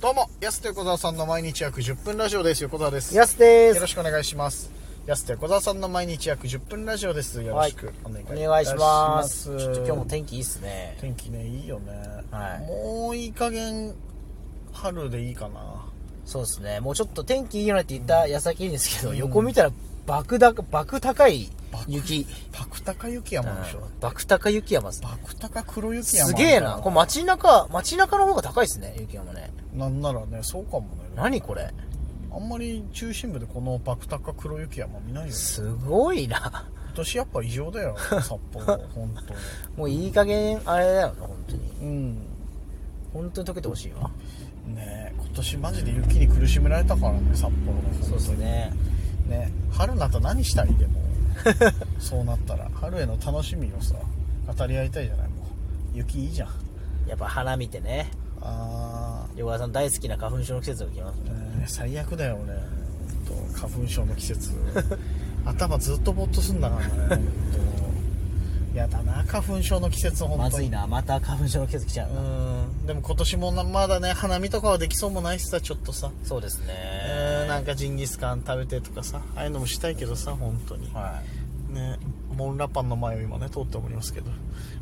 どうも、やすと横澤さんの毎日約10分ラジオです。横澤です。よやすでろす。しくお願いします。やすと横澤さんの毎日約10分ラジオです。よろしくお願いいたしまおす。願いします。ちょっと今日も天天気いいっすね。気ね、いいよね。はいもういい加減、春でいいかな。そうですね。もうちょっと天気いいよねって言った矢先にですけど、横見たら爆だ、爆高い雪。バクタカ雪山でしょ。うん爆高雪山ですね。バクタカ黒雪山。すげえな。これ街中、街中の方が高いですね、雪山ね。なんならね、そうかもね。何これあんまり中心部でこのバクタカ黒雪山見ないよね。すごいな。 今年やっぱ異常だよ、札幌。本当に。もういい加減、あれだよな、本当に。うん。本当に溶けてほしいわ。ねえ今年マジで雪に苦しめられたからね札幌もそうですね。ね春になったら何したいでも そうなったら春への楽しみをさ語り合いたいじゃないもう雪いいじゃんやっぱ花見てね、あ横田さん大好きな花粉症の季節が来ますー、ねえ最悪だよ俺ほんと花粉症の季 節頭ずっとぼーっとすんだからねほんとやだな花粉症の季節本当にまずいな、また花粉症の季節来ちゃうう。んでも今年もなまだね花見とかはできそうもないしさちょっとさそうですね。うんなんかジンギスカン食べてとかさああいうのもしたいけどさ本当にはねモンラパンの前を今ね通っておりますけど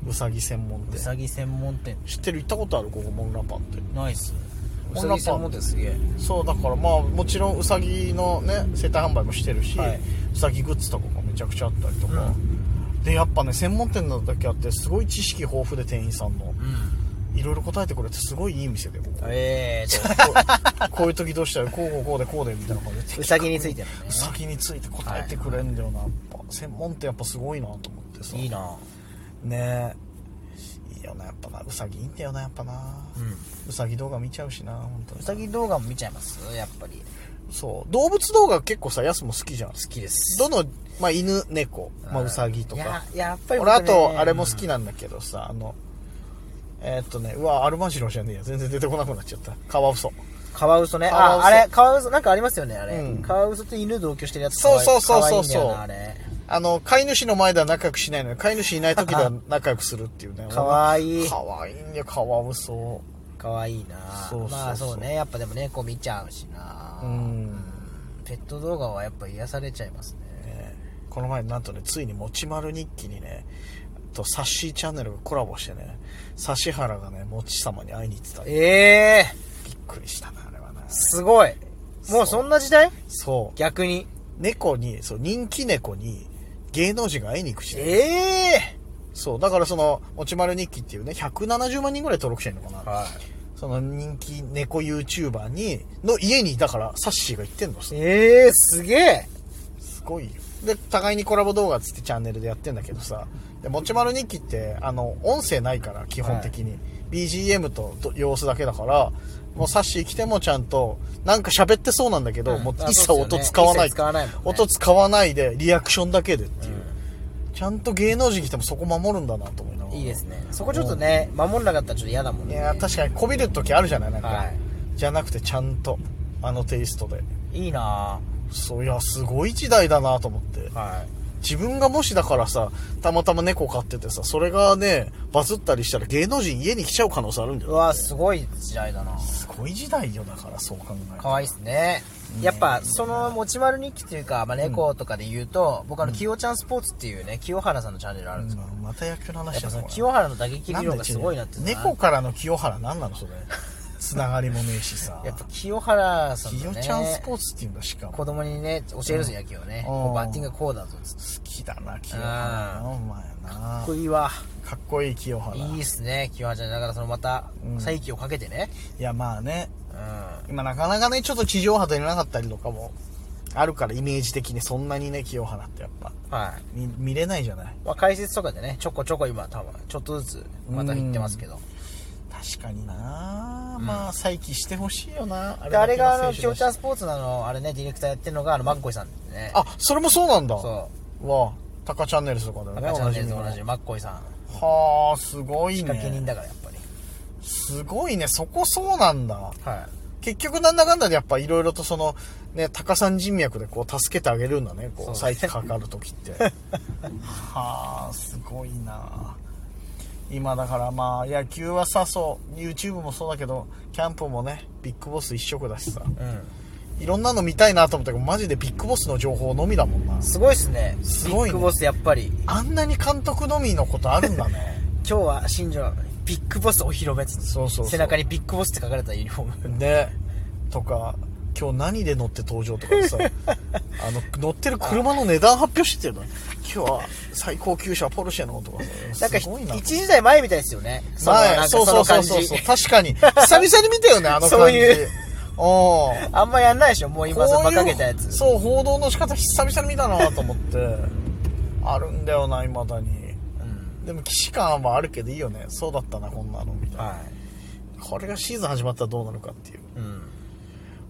うさぎ専門い。う店さぎ専門店。知ってる行ったことあるここモンラパンってナイス。うこんなさパンぎ専門店すげえ。そうだからまあもちろんうさぎのね生体販売もしてるし、はいうさぎグッズとかもめちゃくちゃあったりとか、でやっぱね専門店なだけあってすごい知識豊富で店員さんのうん。いろいろ答えてくれてすごいいい店で ここええこーうこういう時どうしたらこうこうこうでこうでみたいな感じで と、うさぎについてのねう。さぎについて答えてくれんだよな、やっぱ専門店やっぱすごいなと思ってさいいなねえいいよなやっぱなうさぎいいんだよなやっぱな、うんさぎ動画見ちゃうしな本当うにさぎ動画も見ちゃいますやっぱり。そう動物動画結構さやすも好きじゃん好きです。どの、まあ、犬猫、まあ、うさぎといかや、やっぱり俺あ僕ねとあれも好きなんだけどさあのえーっとねうわアルマジロじゃねえや全然出てこなくなっちゃったカワウソカワウソね。カワウあ、ソあれ、カワウソ、なんかありますよね、あれ。うんカワウソと犬同居してるやつ。そうそうそうそうそうかわいいんだよなあれ。あの飼い主の前では仲良くしないのに飼い主いない時では仲良くするっていうね かわいいかわいいんだよカワウソかわいいなそうそうそうまあそうね。やっぱでも猫見ちゃうしなうんペット動画はやっぱ癒されちゃいますね。ねこの前なんとねついに「もちまる日記」にねとサッシーチャンネルがコラボしてね指原がねもち様に会いに行ってたびっええくりしたなあれはなすごい。もうそんな時代そう逆に。猫にそう人気猫に芸能人が会いに行くし、ええそうだからその「もちまる日記」っていうね170万人ぐらい登録してんのかな、はその人気猫 YouTuber にの家にだからサッシーが行ってんのすええすげえすごいよで互いにコラボ動画っつってチャンネルでやってんだけどさで「もちまる日記」ってあの音声ないから基本的に、BGM とと様子だけだからもうサッシー来てもちゃんとなんか喋ってそうなんだけど、うんもうあ一切そうっす音よね使わない一切使わないもんね音使わないでリアクションだけでっていう、ちゃんと芸能人来てもそこ守るんだなと思いながらいいですね。そこちょっとね、守んなかったらちょっと嫌だもいんね。やー確かにこびる時あるじゃないなんか、はいじゃなくてちゃんとあのテイストでいいなそういやすごい時代だなと思ってはい。自分がもしだからさたまたま猫飼っててさそれがねバズったりしたら芸能人家に来ちゃう可能性あるんだうよわすごい時代だなすごい時代よだからそう考えるかわいいっすね。やっぱ、その、持ち丸日記というか、まあ、猫とかで言うと、僕あの、清ちゃんスポーツっていうね、清原さんのチャンネルあるんですけど、うんまた野球のや話っだぞぱその、これ清原の打撃なん理で論がすごいなってさ猫からの清原何なの それつながりもねえしさやっぱ清原さん清のね、ちゃんスポーツっていうんだしかも子供にね、教えるぞ、野球をね。うんこうバッティングこうだぞ、つって。好きだな清原なお前かなっこいいわ。かっこいい清原いいっすね、清原ちゃん。だからそのまた、再起をかけてね。いやまあねうん。今なかなかねちょっと地上波出れなかったりとかもあるからイメージ的にそんなにね清原ってやっぱはい。見見れないじゃないまあ、解説とかでね、ちょこちょこ今、多分、ちょっとずつ、また言ってますけど。確かにな、まあ再起してほしいよなあで、あれが、あだの、け清選手ちゃんスポーツなの、あれね、ディレクターやってるのが、あの、マッコイさんですね。あそれもそうなんだそわあタカチャンネルズとかだよう。ね赤ちゃんですおな同じじ、みのマッコイさん。はあすごい仕掛け人ねだから、やっぱり。すごいねそこそうなんだはい。結局なんだかんだでやっぱいろいろとそのねタカさん人脈でこう助けてあげるんだねこうそう 再起かかる時ってはあすごいな今だからまあ野球はさそう YouTube もそうだけどキャンプもねビッグボス一色だしさうんいろんなの見たいなと思ったけどマジでビッグボスの情報のみだもんなすごいっすねすごいねビッグボスやっぱりあんなに監督のみのことあるんだね 今日は新庄なのにビッグボスお披露目っつってそうそうそう背中にビッグボスって書かれたユニフォームねとか今日何で乗って登場とか さあの乗ってる車の値段発表してるの今日は最高級車ポルシェのとかなんかすごいな一時代前みたいですよねそのなん前かそうそそのうそ感うそうじそう確かに久々に見たよねあの感じそういうおーあんまやんないでしょもう今さこう馬いう鹿げたやつそう報道の仕方久々に見たなと思ってあるんだよないまだにうんでも既視感はあるけどいいよねそうだったなこんなのみたいなはこれがシーズン始まったらどうなるかっていういうん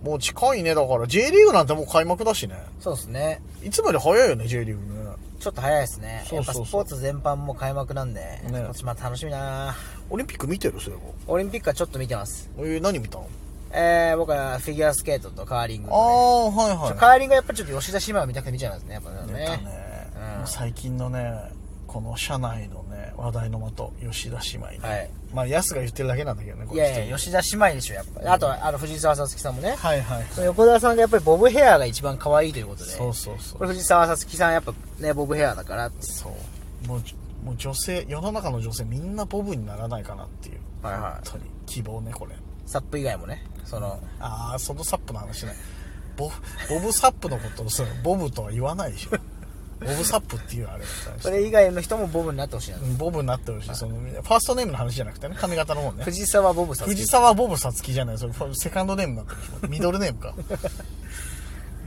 もう近いねだから J リーグなんてもう開幕だしねそうですねいつもより早いよね J リーグねちょっと早いですねそうそうそうやっぱスポーツ全般も開幕なんで、今年まあ楽しみだなオリンピック見てるそれもオリンピックはちょっと見てますえー、何見たのえー、僕はフィギュアスケートとカーリングとあね、あはいはちょいカーリングはやっぱちょっと吉田姉妹を見たくて見ちゃいますねやっぱね出たね、うんもう最近のねこの社内のね話題の的吉田姉妹ね、はいまあヤスが言ってるだけなんだけどねこいれやいや吉田姉妹でしょやっぱりあとはあの藤沢さつきさんもねはいはいその横澤さんがやっぱりボブヘアが一番可愛いということでそうそうそうこれ藤沢さつきさんやっぱねボブヘアだからってそうもうじもう女性世の中の女性みんなボブにならないかなっていうはいはい本当に希望ねこれサップ以外もねそのああそのサップの話ねボボブサップのことをさボブとは言わないで しょボブサップっていうあれそれ以外の人もボブになってほしいな、ボブになってるしそのファーストネームの話じゃなくてね髪型の方ね藤沢ボブさつき藤沢ボブサツキじゃないそれセカンドネームになってるでしょミドルネーム か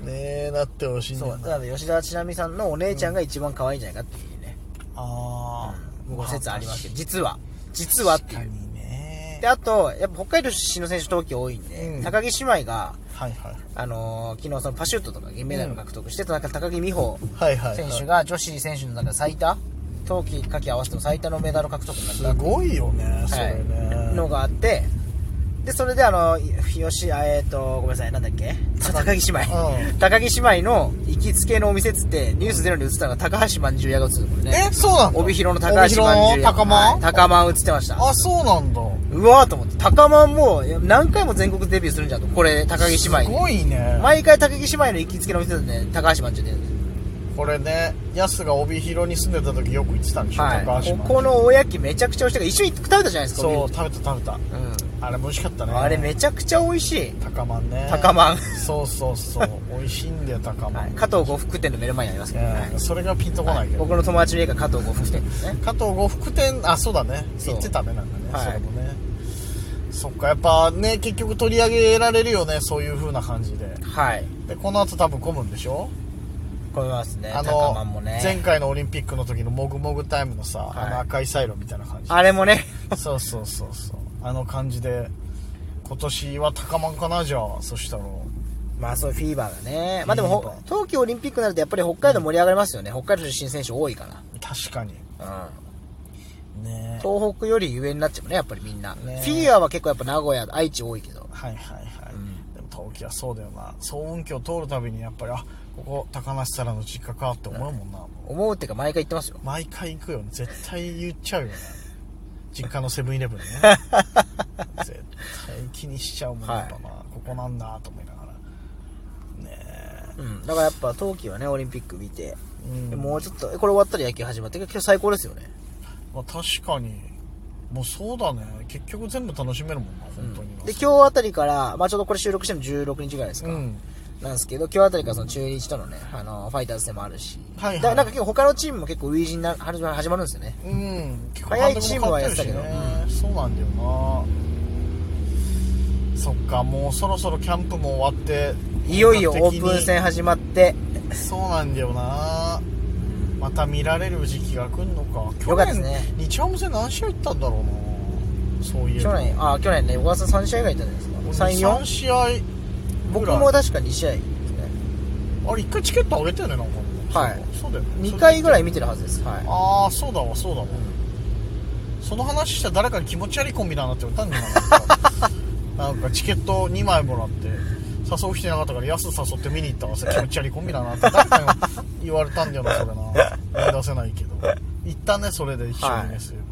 ねえなってほしいんだそようなだから吉田知那美さんのお姉ちゃんが一番可愛いんじゃないかっていうね、ああご説ありますけど実は実はってい確かうにねであとやっぱ北海道出身の選手東京多いんで、うん高木姉妹がはいはいあのー昨日そのパシュートとか銀メダルを獲得して、なんか高木美帆はいはいはい選手が女子選手の中で最多冬季夏季合わせても最多のメダル獲得になっすたごいよねそれね、はい、のがあってでそれであの吉あえっ、とごめんなさいなんだっけ高木姉妹、うん高木姉妹の行きつけのお店っつってニュースゼロに映ったのが高橋まんじゅう屋が映ってたこれねえそうなんだ帯広の高橋まんじゅう屋高間、はい高間映ってましたあそうなんだうわーと思って高間もいや何回も全国デビューするんじゃんとこれ高木姉す妹ごいね、毎回高木姉妹の行きつけのお店でね高橋まんじゅう屋これねヤスが帯広に住んでた時よく行ってたんでしょ、高橋はい、もここのおやきめちゃくちゃ美味しいから一緒に食べたじゃないですかそう食べた食べたう、うんあれも美味しかったねあれめちゃくちゃ美味しい、高まんね高まんそうそうそう 美味しいんだよ高まはいん、加藤呉服店の目の前にありますけど、ねはいうんそれがピンとこないけど、僕の友達の家が加藤呉服店ですね加藤呉服店あそうだねそう行ってたねなんだね、はいそれもねそっかやっぱね結局取り上げられるよねそういう風な感じではいでこの後多分混むんでしょ混みますねあ高のまんもね前回のオリンピックの時のもぐもぐタイムのさ、はいあの赤いサイロみたいな 感じあれもねそうそうそうそうあの感じで今年は高まんかなじゃあそしたらまあそうフィーバーがねまあでもフィーほバー冬季オリンピックになるとやっぱり北海道盛り上がりますよね北海道出身選手多いか確かにら、ね東北より上になっちゃうねやっぱりみんな、ねフィギュアは結構やっぱ名古屋愛知多いけどはいはいはい、うんでも陶器はそうだよな総運橋通るたびにやっぱりあここ高梨沙羅の実家かって思うもんな、思うっていうか毎回言ってますよ毎回行くよね絶対言っちゃうよね実家のセブンイレブ ンね絶対気にしちゃうもんはいやっぱな、ここなんだと思いながらねえうん、だからやっぱ冬季はねオリンピック見て、うんでもうちょっとえこれ終わったら野球始まって今日最高ですよねまあ、確かにもうそうだね結局全部楽しめるもんな本当にな、で今日あたりから、まあ、ちょうどこれ収録しても16日ぐらいですか、うんなんですけど今日あたりからその中日とのねあのファイターズ戦もあるし、はいはいだなんか結構他のチームも結構初陣な始ま始まるんですよねうん結早いチームはやってたけど監督も変わってるしねそうなんだよなそっかもうそろそろキャンプも終わっていよいよ本オ格的ーにプン戦始まってそうなんだよなまた見られる時期が来るのか去よかったです年ね日ハム戦何試合行ったんだろうなそういえ去ば年あ去年ね小川さん3試合ぐらいいたんじゃないですか俺34 3試合ぐ僕らいも確か2試合ですねあれ1回チケットあげたよねなんかはいそうだよね2回ぐらい見てるはずですはいああそうだわそうだわその話したら誰かに気持ち悪いコンビだなって言ったんじゃ ないなんかチケット2枚もらって誘う人いなかったから安誘って見に行ったわそれ気持ち悪いコンビだなって誰かに言われたんだよなそれな言い出せないけど行ったねそれで一緒にはねいすれば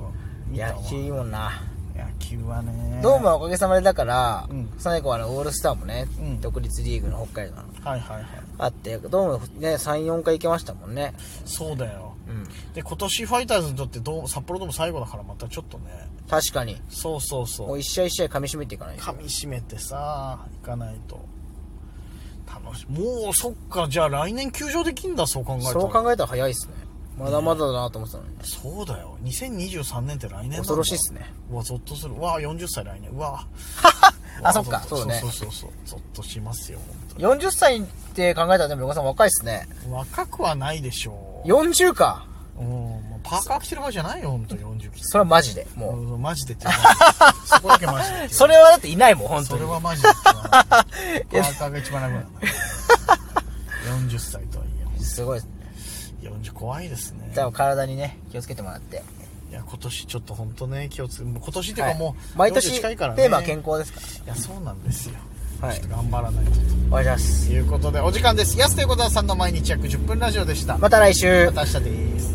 見いたやわいいもんな野球はねドームはおかげさまでだからうん最後はねオールスターもねうん独立リーグの北海道のはいはいはいあってドームね34回行けましたもんねそうだようんで今年ファイターズにとってどう札幌ドーム最後だからまたちょっとね確かにそうそうもそうう一試合一試合噛み締めていかないと噛み締めてさ行かないと楽しいもうそっかじゃあ来年休場できんだそう考えたらそう考えたら早いっすねまだまだだなと思ってたのにそうだよ2023年って来年なんだ恐ろしいっすねうわゾッとするうわ40歳来年うわ あそっかそうだねそうそうそうそうゾッとしますよ本当に40歳って考えたらでも横さん若いっすね若くはないでしょう40かうんもうパーカー着てる場合じゃないよ本当に40それはマジでもううんマジでって言わないそこだけマジでって言わない それはだっていないもん本そ当れにはマジで言わ ないパーカーが一番楽なんだ40歳とはいすごいっすねえ40怖いですねじゃあ体にね気をつけてもらっていや今年ちょっと本当ね気をつけ今年っていうはかいもう、毎年40テ近いからねーマは健康ですかいやそうなんですよ、らはいちょっと頑張らないとお願いしますということでお時間です安ということはさんの毎日約10分ラジオでしたままた来週た明日です